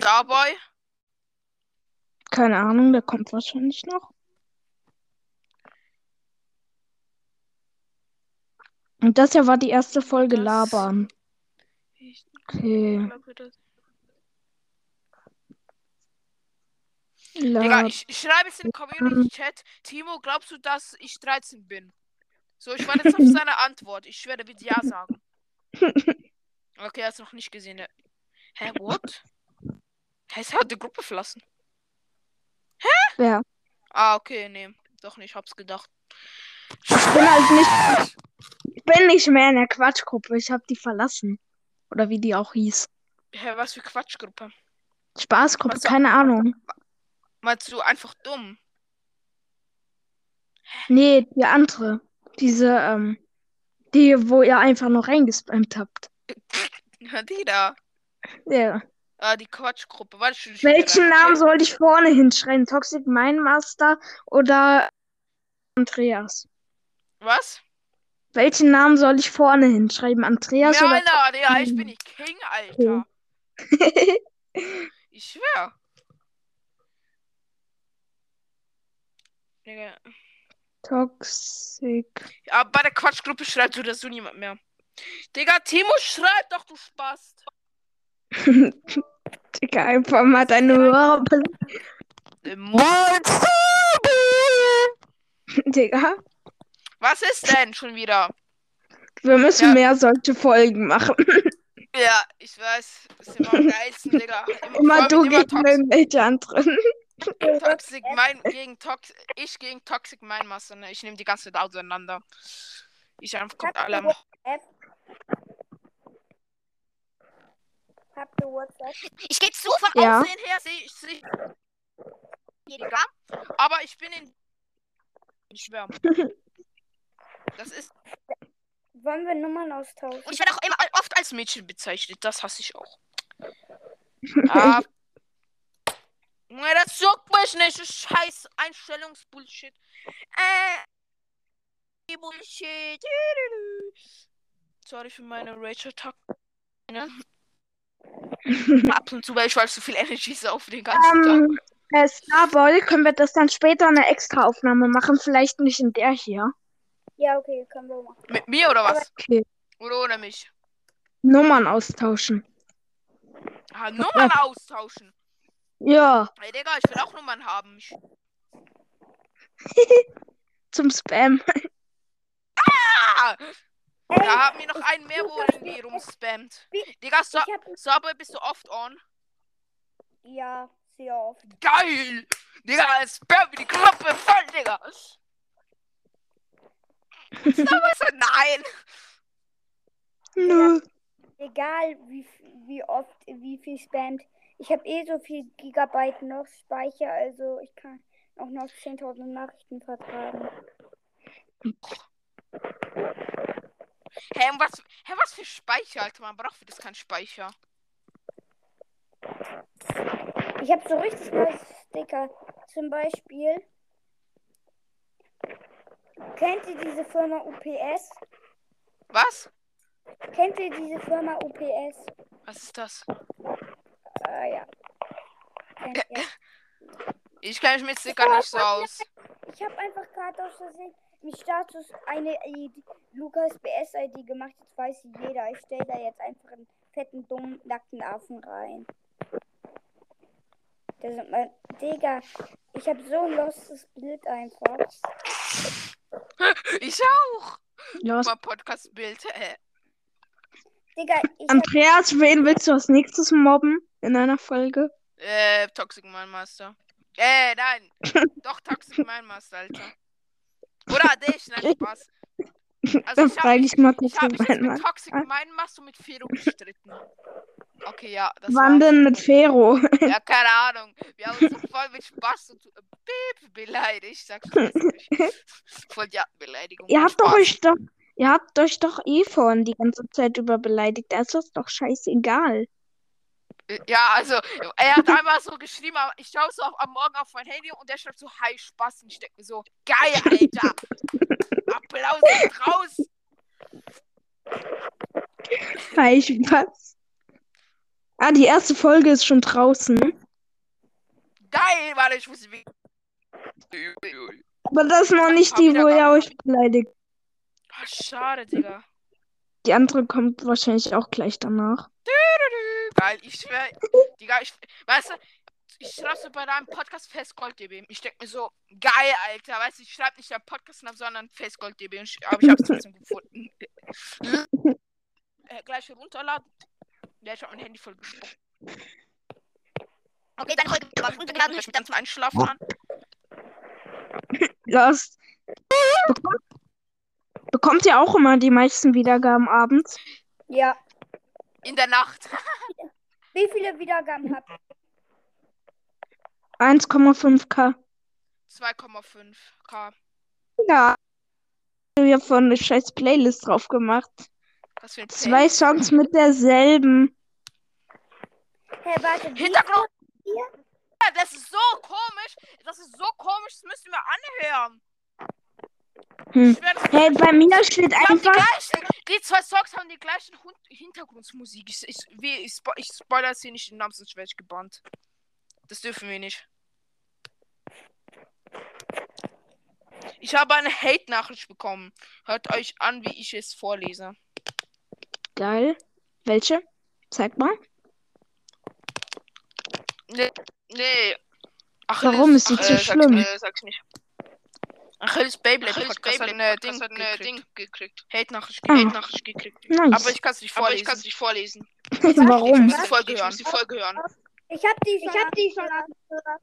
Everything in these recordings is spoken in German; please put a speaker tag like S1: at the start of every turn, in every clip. S1: Starboy?
S2: Keine Ahnung, der kommt wahrscheinlich noch. Und das hier war die erste Folge
S1: Das-
S2: Labern.
S1: Ich
S2: Okay.
S1: glaube, das. Digga,
S2: Labern.
S1: ich, ich schreibe jetzt in den Community-Chat. Timo, glaubst du, dass ich 13 bin? So, ich warte jetzt auf seine Antwort. Ich schwöre, er wird ja sagen. Okay, er hat es noch nicht gesehen. Er- Hä, what? Hä, es hat die Gruppe verlassen.
S2: Ja.
S1: Ah, okay, nee. Doch nicht, hab's gedacht.
S2: Ich bin halt nicht. Ich bin nicht mehr in der Quatschgruppe. Ich habe die verlassen. Oder wie die auch hieß.
S1: Hä, was für Quatschgruppe?
S2: Spaßgruppe,
S1: Was war-
S2: keine Ahnung.
S1: Meinst du einfach dumm?
S2: Nee, die andere. Diese, ähm, die, wo ihr einfach noch reingespammt habt.
S1: Na, die da.
S2: Ja.
S1: Ah, die Quatschgruppe. Warte, ich, ich
S2: Welchen
S1: okay.
S2: Namen soll ich vorne hinschreiben? Toxic Mind Master oder Andreas?
S1: Was?
S2: Welchen Namen soll ich vorne hinschreiben? Andreas
S1: ja,
S2: oder
S1: Alter, ja, ich bin die King, Alter. Ich schwör. Digga.
S2: Toxic?
S1: Aber bei der Quatschgruppe schreibt so oder so niemand mehr. Digga, Timo, schreib doch, du Spaß.
S2: Digga, einfach mal deine Hörer. bel- Digga,
S1: Was ist denn schon wieder?
S2: wir müssen
S1: Ja.
S2: mehr solche Folgen machen.
S1: Ja, ich weiß. Ist immer am geilsten, Digga. Immer,
S2: Immer
S1: vor
S2: du
S1: allem immer
S2: gegen irgendwelche anderen.
S1: Tox Toxic mein gegen Tox ich gegen Toxic mein Master, ne? Ich nehme die ganze Zeit auseinander. Ich einfach kommt alle am
S3: Habt ihr WhatsApp?
S1: Ich gehe zu von
S2: Ja.
S1: Aussehen her, sehe ich sehe Digga. Aber ich bin in. Ich schwör. Das ist.
S3: Wollen wir Nummern austauschen?
S1: Und ich werde auch immer oft als Mädchen bezeichnet. Das hasse ich auch. Ah. Nee, das juckt mich nicht. Das Scheiß Einstellungsbullshit. Äh. die Bullshit. Sorry für meine Rage-Attack. Ne? Ab und zu, weil ich weiß, so viel Energy ist auf den ganzen Tag.
S2: Ähm, äh, Starboy, können wir das dann später eine Extraaufnahme machen? Vielleicht nicht in der hier.
S3: Ja, okay, können wir machen.
S1: Mit mir oder was?
S2: Okay.
S1: Oder ohne mich?
S2: Nummern austauschen.
S1: Ah, Nummern austauschen.
S2: Ja,
S1: Ey, Digga, ich will auch Nummern haben. Ich...
S2: zum Spam.
S1: Ah!
S3: Ey,
S1: Da haben wir noch einen mehr, wo irgendwie rumspammt. Digga, so
S3: ich hab.
S1: Subway bist du oft on.
S3: Ja, sehr oft.
S1: Geil! Digga, es spammt mir die Klappe voll, Digga. Subway so, nein!
S2: Nö.
S3: Egal wie, f- wie oft, wie viel spammt. Ich habe eh so viel Gigabyte noch Speicher, also ich kann auch noch 10.000 Nachrichten vertragen.
S1: Hä, hey, was, hä, was für Speicher, Alter? Man braucht für das keinen Speicher.
S3: Ich habe so richtig nice Sticker. Zum Beispiel. Kennt ihr diese Firma UPS?
S1: Was?
S3: Kennt ihr diese Firma UPS?
S1: Was ist das?
S3: Äh, ja. Kennt ihr.
S1: Ich kenne mich mit Sticker nicht so aus.
S3: Ich habe einfach gerade aus Versehen mit Status eine ID, Lukas BS-ID gemacht. Jetzt weiß sie jeder. Ich stelle da jetzt einfach einen fetten, dummen, nackten Affen rein. Da sind mein. Digga, ich habe so ein lostes Bild einfach.
S1: Ich auch.
S2: Los.
S1: Mein Podcast-Bild. Äh,
S3: Digga, ich hab,
S2: Andreas, wen willst du als nächstes mobben in einer Folge?
S1: äh Toxic Mind Master. Äh, nein. Doch, Toxic Mind Master, Alter. Oder dich, nein, Spaß. Also
S2: Dann
S1: ich hab
S2: frage
S1: mich-
S2: ich mal
S1: Ich
S2: kurz
S1: habe mich jetzt
S2: meinen
S1: mit
S2: Mann.
S1: Toxic Mind Master und mit Fero gestritten. Okay, ja, das
S2: Wann
S1: war's.
S2: denn mit Fero?
S1: Ja, keine Ahnung. Wir haben uns doch voll mit Spaß und Beep beleidigt. Ich sag's dir, das ist nicht. Voll die Beleidigung.
S2: Ihr
S1: mit
S2: habt doch
S1: Spaß.
S2: euch doch, ihr habt euch doch eh vorhin die ganze Zeit über beleidigt. Da ist das doch scheißegal.
S1: Ja, also, er hat einmal so geschrieben, aber ich schaue so auf, am Morgen auf mein Handy und der schreibt so, hi, Spaß, und ich denke mir so, geil, Alter. Applaus geht raus.
S2: Weil ich was. Ah, die erste Folge ist schon draußen.
S1: Geil, warte, ich muss. wie- Uiuiui.
S2: Aber das ist noch nicht die, wo ihr euch beleidigt.
S1: Ah, schade, Digga.
S2: Die andere kommt wahrscheinlich auch gleich danach.
S1: Geil, ich schwör. Digga, ich. Weißt du, ich schreib so bei deinem Podcast Festgold DB. Ich denk mir so, geil, Alter. Weißt du, ich schreib nicht der Podcast-Namen, sondern Festgold DB. Und ich, aber ich hab's trotzdem gefunden. äh, gleich herunterladen. Ja, ich hab mein Handy voll gespuckt. Okay, dann heute war ich runtergeladen, hör ich mit dann zum Einschlafen an.
S2: Lost. Bekommt, bekommt ihr auch immer die meisten Wiedergaben abends?
S3: Ja.
S1: In der Nacht.
S3: Wie viele Wiedergaben habt ihr?
S2: 1,5k.
S1: 2,5k.
S2: Ja. Ich hab von eine scheiß Playlist drauf gemacht.
S1: Was für ein
S2: Zwei Songs mit derselben.
S3: Hä, warte, wie,
S1: Hintergrund.
S3: Hier?
S1: Ja, das ist so komisch. Das ist so komisch, das müssen wir anhören.
S2: Hm.
S1: Ich werde-
S2: Hey, bei mir steht
S1: Die haben die
S2: einfach.
S1: gleichen, die zwei Songs haben die gleichen Hun Hintergrundmusik. Ich, ich, wie, ich, spo ich spoiler sie nicht in Namens werde ich gebannt. Das dürfen wir nicht. Ich habe eine Hate-Nachricht bekommen. Hört euch an, wie ich es vorlese.
S2: Geil. Welche? Zeig mal.
S1: Nee. Achilles,
S2: Warum ist die zu
S1: äh, sag-
S2: schlimm?
S1: äh, sag's nicht. Achilles Beyblade
S4: Achilles
S1: Podcast hat
S4: Beyblade
S1: ein äh, Ding,
S4: Podcast hat ein, äh,
S1: gekriegt. Hate-Nachricht
S2: Ah.
S1: gekriegt. Hate-Nachricht gekriegt. Aber
S2: Nice.
S1: ich kann es nicht
S4: Aber
S1: vorlesen.
S4: ich kann's
S1: nicht vorlesen. Ich
S2: Warum?
S1: muss die Folge hören.
S3: ich hab die schon.
S5: Ich hab die schon
S3: abgehört.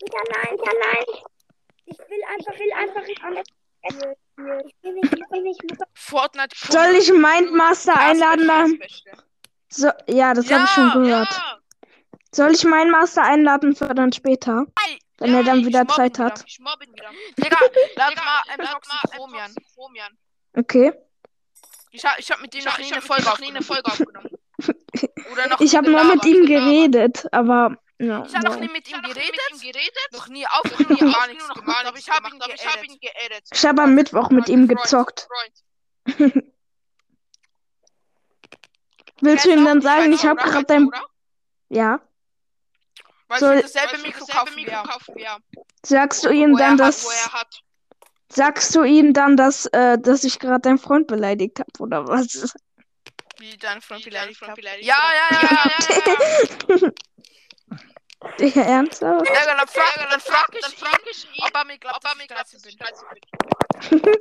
S3: Ja, nein, ja, nein. Ich will einfach, ich will einfach, ich will, ich will nicht, ich will nicht mit
S1: Fortnite.
S2: Soll ich Mindmaster einladen? dann? So, ja, das habe ich schon gehört.
S1: Ja,
S2: Soll ich Mindmaster einladen für dann später? Wenn
S1: ja,
S2: er dann
S1: ich
S2: wieder
S1: mobb ihn
S2: Zeit
S1: wieder.
S2: hat.
S1: Ich mobb ihn wieder. Digga, lad mal einfach mal Chromian.
S2: Okay.
S1: Ich hab, ich hab mit dem noch nie eine Folge aufgenommen. Oder noch
S2: Ich
S1: nie
S2: habe nur mit
S1: gelabert.
S2: ihm geredet, aber. Ja,
S1: Ich hab noch nie
S2: wow.
S1: mit ihm geredet.
S4: geredet.
S1: Noch nie aufgenommen. Gar nichts gemacht. Aber ich hab ihn
S4: aber ich habe
S1: geedit.
S4: ihn geedit.
S2: Ich habe am Mittwoch mit ihm
S4: Freund,
S2: gezockt.
S4: Freund.
S2: Willst
S1: Kennst
S2: du ihm
S1: du
S2: dann
S1: auch
S2: sagen,
S1: die
S2: ich habe
S1: Schweizer
S2: gerade dein.
S4: Oder?
S2: Ja.
S1: Weil
S2: Soll-
S1: wir dasselbe Mikro kaufen.
S4: Mikro
S1: ja.
S4: kaufen wir.
S2: Sagst du
S1: Wo
S2: ihm
S1: er
S2: dann,
S1: hat,
S4: Wo
S2: dass.
S4: er hat.
S2: Sagst du ihm dann, dass, äh, dass ich gerade deinen Freund beleidigt habe, oder was?
S1: Wie dein Freund
S4: Wie dein
S1: beleidigt
S4: Freund
S1: hat. Ja, ja,
S4: beleidigt
S1: ja, ja, ja, ja.
S2: Digga, ernsthaft?
S1: Digga, dann frag,
S4: Ja,
S1: dann frag ich
S4: dann
S1: ihn,
S4: frag ich ihn,
S1: ob er mir glaubt,
S4: ob er mir
S1: dass
S4: glaubt,
S1: ich
S4: dass
S1: 13
S4: ich
S1: bin.
S4: 13 bin.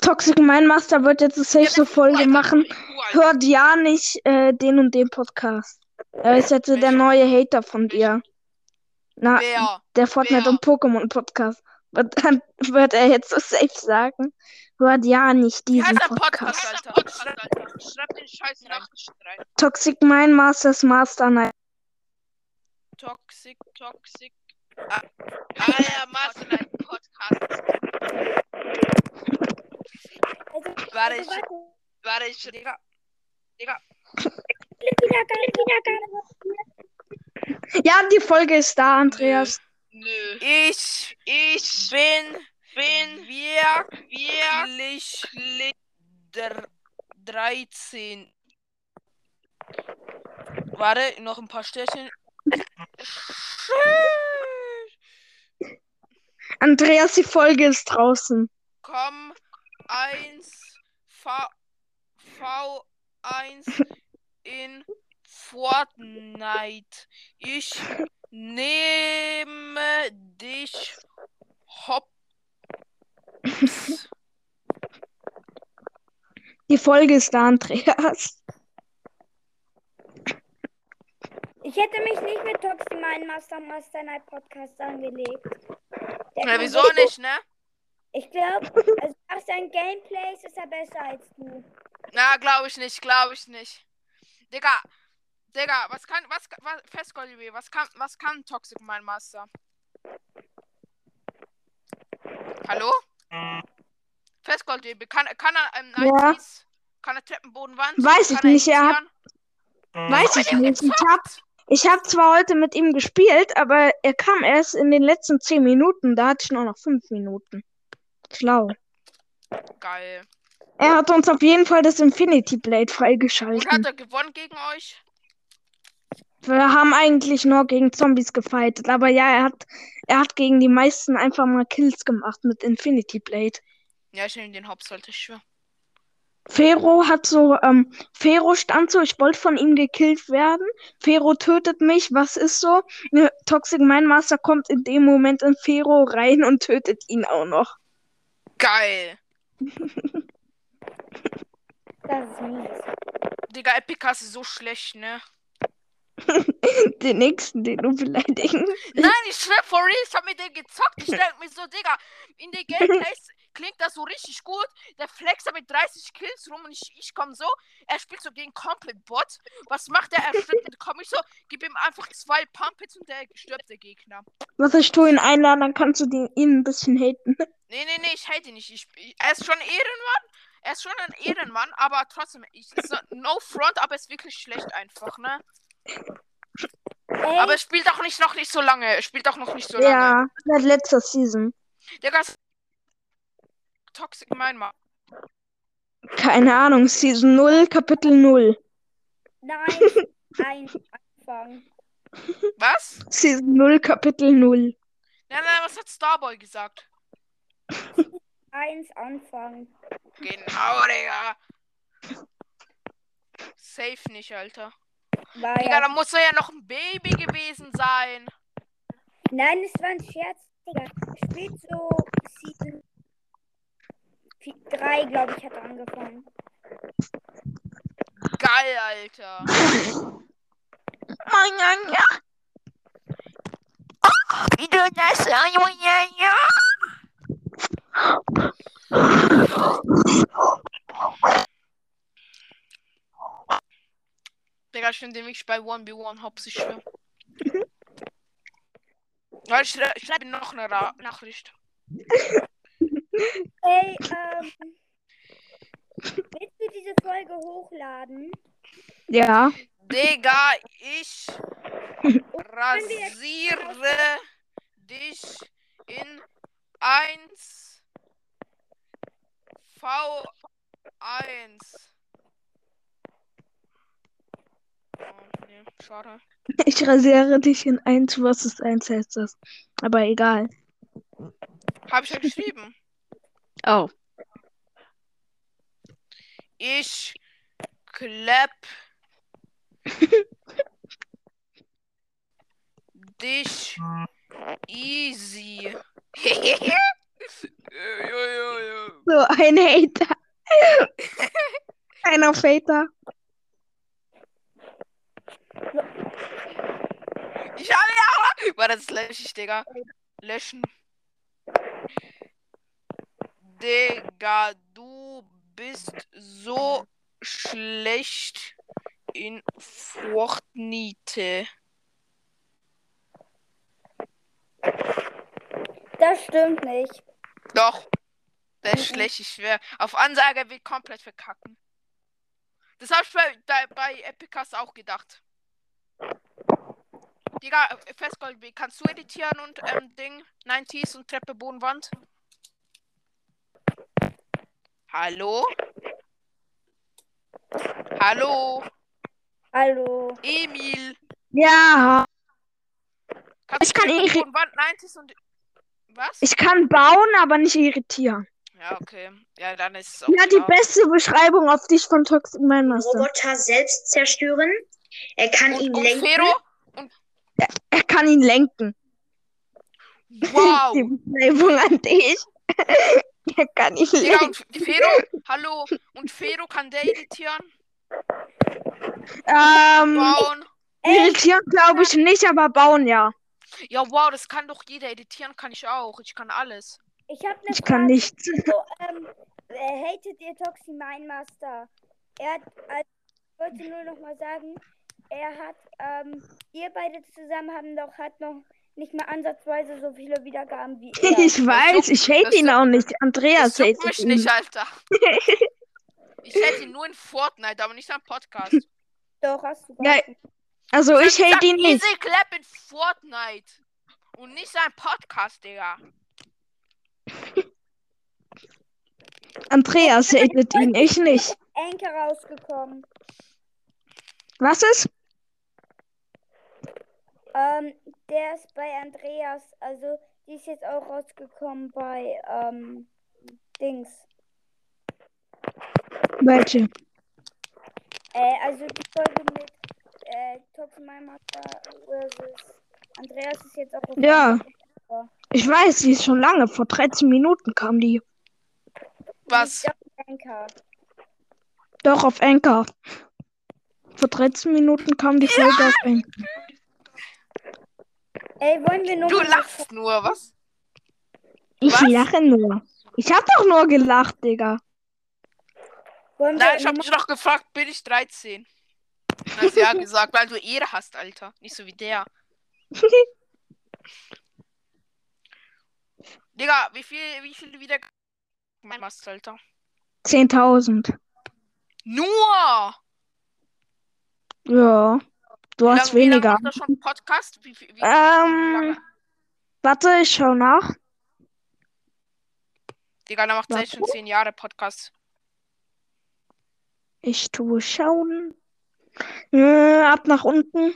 S2: Toxic Mindmaster wird jetzt eine safe so Folge machen. Hört ja nicht äh, den und den Podcast. Er ist jetzt der
S1: Welcher?
S2: neue Hater von dir. Na,
S1: Wer?
S2: der Fortnite
S4: Wer?
S2: und Pokémon Podcast. Und dann wird er jetzt so safe sagen. Hört ja nicht
S1: Wie
S2: diesen
S1: heißt der
S2: Podcast.
S1: Podcast, Alter? Schreib-
S4: Schreib den scheiß Nachrichten rein.
S2: Toxic Mindmasters Master Night.
S1: Toxic, toxic. Ah.
S4: Alter, Martin, ein Podcast.
S3: Also,
S1: Warte, ich.
S3: also, warte.
S4: Warte, ich
S1: Digga.
S3: Viele Wiedergaben, Wiedergaben.
S2: Ja, die Folge ist da, Andreas.
S4: Nö.
S1: Ich
S4: Ich
S1: bin,
S4: bin
S1: wirklich
S4: wir
S1: der 13. Warte, noch ein paar Sternchen.
S2: Andreas, die Folge ist draußen.
S1: Komm, 1 V V1 in Fortnite. Ich nehme dich hopp.
S2: Die Folge ist da, Andreas.
S3: Ich hätte mich nicht mit Toxi meinen Master Master Night Podcast angelegt. Der
S1: Na,
S3: kann
S1: wieso
S3: so-
S1: nicht, ne?
S3: Ich glaube, also nach seinen Gameplays ist er besser als du.
S1: Na, glaube ich nicht, glaube ich nicht. Digga, Digga, was kann, was, was, Festgoldweh, was kann, was kann Toxic mein Master? Hallo? Festgoldweh, kann, kann er ähm,
S2: Ja.
S1: 90s? Kann er Treppenbodenwand?
S2: Weiß ich
S1: kann
S2: nicht, er hat-
S1: imitieren?
S2: Weiß ich nicht. Hm. Ich hab, ich hab zwar heute mit ihm gespielt, aber er kam erst in den letzten 10 Minuten. Da hatte ich nur noch 5 Minuten. Schlau.
S1: Geil.
S2: Er hat uns auf jeden Fall das Infinity Blade
S1: Und
S2: freigeschaltet.
S1: hat er gewonnen gegen euch?
S2: Wir haben eigentlich nur gegen Zombies gefightet, aber ja, er hat, er hat gegen die meisten einfach mal Kills gemacht mit Infinity Blade.
S1: Ja, ich nehme den Hops, sollte ich schwören.
S2: Fero hat so, ähm, Fero stand so, ich wollte von ihm gekillt werden. Fero tötet mich, was ist so? Ne, Toxic Mind Master kommt in dem Moment in Fero rein und tötet ihn auch noch.
S1: Geil.
S3: Das ist mies.
S1: Digga, Epic ist so schlecht, ne?
S2: Den nächsten, den du beleidigen.
S1: Nein, ich schwör for real, ich hab mit dem gezockt. Ich denk mir so, Digga, in den Gameplays klingt das so richtig gut. Der flext da mit 30 Kills rum und ich, ich komm so. Er spielt so gegen Complete Bot. Was macht er? Er stirbt und komm ich so, gib ihm einfach zwei Pumpets und der stirbt der Gegner.
S2: Was ich tue, ihn einladen, dann kannst du den, ihn ein bisschen haten.
S1: Nee, nee, nee, ich hate ihn nicht. Ich, ich, er ist schon ein Ehrenmann. Er ist schon ein Ehrenmann, aber trotzdem, ich, ist so- no front, aber ist wirklich schlecht einfach, ne?
S3: Ey,
S1: Aber er spielt auch nicht noch nicht so lange. Er spielt auch noch nicht so lange.
S2: Ja, seit letzter Season.
S1: Der Gast. Toxic mein Mann.
S2: Keine Ahnung, Season 0, Kapitel 0.
S3: nein, ein Anfang.
S1: Was?
S2: Season 0, Kapitel 0.
S1: Nein, nein, was hat Starboy gesagt?
S3: Eins Anfang.
S1: Genau, Digga. Safe nicht, Alter.
S3: War
S1: Digga, da
S3: ja.
S1: muss er ja noch ein Baby gewesen sein.
S3: Nein, es war ein Scherz, Digga. Spielt so Season 3, glaube ich, hat er angefangen.
S1: Geil, Alter. Digga, ich finde den wirklich bei 1v1 hauptsächlich. Ja, ich schrei- ich schreibe ihm noch eine Ra Nachricht.
S3: Ey, ähm. Willst du diese Folge hochladen?
S2: Ja.
S1: Digga, ich
S3: jetzt-
S1: rasiere dich in 1 V1. Oh, nee, schade.
S2: Ich rasiere dich in 1 vs 1 heißt das. Aber egal.
S1: Hab ich ja geschrieben.
S2: Oh.
S1: Ich klepp dich easy. Äh, jo, jo, jo.
S2: So ein Hater. Einer Hater.
S1: Ich hab ja auch. Warte, das lösche ich, Digga. Löschen. Digga, du bist so schlecht in Fortnite.
S3: Das stimmt nicht.
S1: Doch. Das
S2: Mhm.
S1: ist schlecht, ich schwör. Auf Ansage wird komplett verkacken. Das hab ich bei, da, bei Epicas auch gedacht. Digga, Festgold, wie kannst du editieren und ähm, Ding? 90s und Treppe, Boden, Wand? Hallo? Hallo?
S3: Hallo.
S1: Emil?
S2: Ja.
S1: Kannst
S2: Ich kann
S1: Treppe,
S2: irri-
S1: Boden, Wand, 90s und. Was?
S2: Ich kann bauen, aber nicht irritieren.
S1: Ja, okay. Ja, dann ist es auch.
S2: Ja, die
S1: klar.
S2: beste Beschreibung auf dich von Toxic Man Master.
S5: Roboter selbst zerstören. Er kann ihn
S1: Und, und
S5: lenken.
S1: Fero?
S2: Er kann ihn lenken.
S1: Wow!
S2: Die Beschreibung an dich. er kann ihn
S1: Digga,
S2: lenken.
S1: und Fero, hallo. Und Fero kann der editieren,
S2: Ähm,
S1: bauen.
S2: irritieren glaube ich nicht, aber bauen ja.
S1: Ja, wow, das kann doch jeder editieren, kann ich auch. Ich kann alles.
S3: Ich ne habe eine
S2: Ich kann
S3: Frage.
S2: nichts.
S3: So, ähm, äh, hatet ihr Toxi Mine Master? Er hat, also, ich wollte nur noch mal sagen, er hat, ähm, ihr beide zusammen haben doch, hat noch nicht mal ansatzweise so viele Wiedergaben wie er.
S2: Ich weiß, ich
S1: das
S2: hate ihn
S1: juckt-
S2: auch nicht. Andreas
S1: Das
S2: hate
S1: juckt mich
S2: ihn.
S1: nicht, Alter. Ich hätte ihn nur in Fortnite, aber nicht am Podcast.
S3: doch, hast du
S2: Ja,
S3: recht.
S2: Also ich
S1: Sag
S2: hate ihn nicht.
S1: Easy Clap in Fortnite. Und nicht sein Podcast, Digga.
S2: Andreas hatet ihn, ich nicht.
S3: Enke rausgekommen.
S2: Was ist?
S3: Ähm, der ist bei Andreas, also die ist jetzt auch rausgekommen bei ähm, Dings.
S2: Welche?
S3: Äh, also die Folge mit äh, Toxin My Master versus Andreas ist jetzt auch auf
S2: Ja. Ich weiß, die ist schon lange. Vor 13 Minuten kam die.
S1: Was?
S3: Enker.
S2: Doch, auf Anchor. Vor 13 Minuten kam die Folge auf Anchor.
S3: Ey, wollen wir nur
S1: Du
S3: mal-
S1: lachst nur, was?
S2: Ich
S1: Was?
S2: lache nur. Ich hab doch nur gelacht, Digga.
S3: Wollen
S1: Nein, ich
S3: wir
S1: hab dich doch gefragt, bin ich 13? Dann hast du ja gesagt, weil du Ehre hast, Alter. Nicht so wie der. Digga, wie viel, wie viel wieder mein Mast, Alter?
S2: 10.000.
S1: Nur!
S2: Ja. Du
S1: Wie lange-
S2: hast
S1: wie lange
S2: weniger.
S1: macht er schon einen Podcast? Wie, wie, wie, wie
S2: Ähm,
S1: lange?
S2: warte, ich schau nach.
S1: Digga, der macht seit schon 10 Jahre Podcast.
S2: Ich tue schauen. Äh, ab nach unten.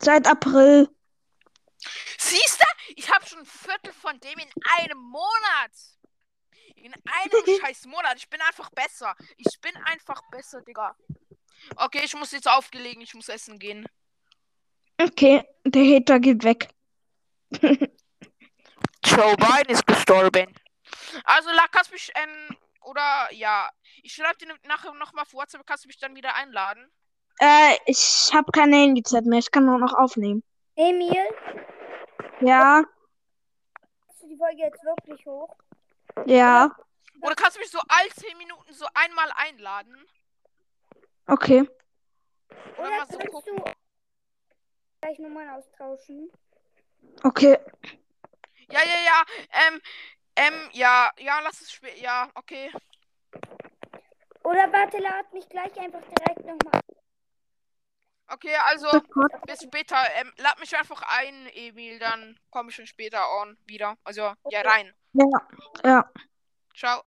S2: Seit April.
S1: Siehst du? Ich habe schon ein Viertel von dem in einem Monat. In einem scheiß Monat. Ich bin einfach besser. Ich bin einfach besser, Digga. Okay, ich muss jetzt aufgelegen. Ich muss essen gehen.
S2: Okay, der Hater geht weg.
S1: Joe Biden ist gestorben. Also, La, kannst mich, ähm, oder, ja. Ich schreibe dir nachher nochmal auf WhatsApp. Kannst du mich dann wieder einladen?
S2: Äh, ich habe keine Handyzeit mehr. Ich kann nur noch aufnehmen.
S3: Emil,
S2: Ja,
S3: hast du die Folge jetzt wirklich hoch?
S2: ja.
S1: Oder kannst du mich so all 10 Minuten so einmal einladen?
S2: Okay.
S1: Oder
S3: Oder
S1: mal so
S3: kannst
S1: gucken.
S3: du gleich Nummern austauschen?
S2: Okay.
S1: Ja, ja, ja. Ähm, ähm, ja, ja, lass es später. Ja, okay.
S3: Oder warte, lad mich gleich einfach direkt nochmal
S1: Okay, also bis später. Ähm, lad mich einfach ein, Emil, dann komme ich schon später on wieder. Also, ja,
S3: Okay.
S1: rein.
S2: Ja, ja.
S1: Ciao.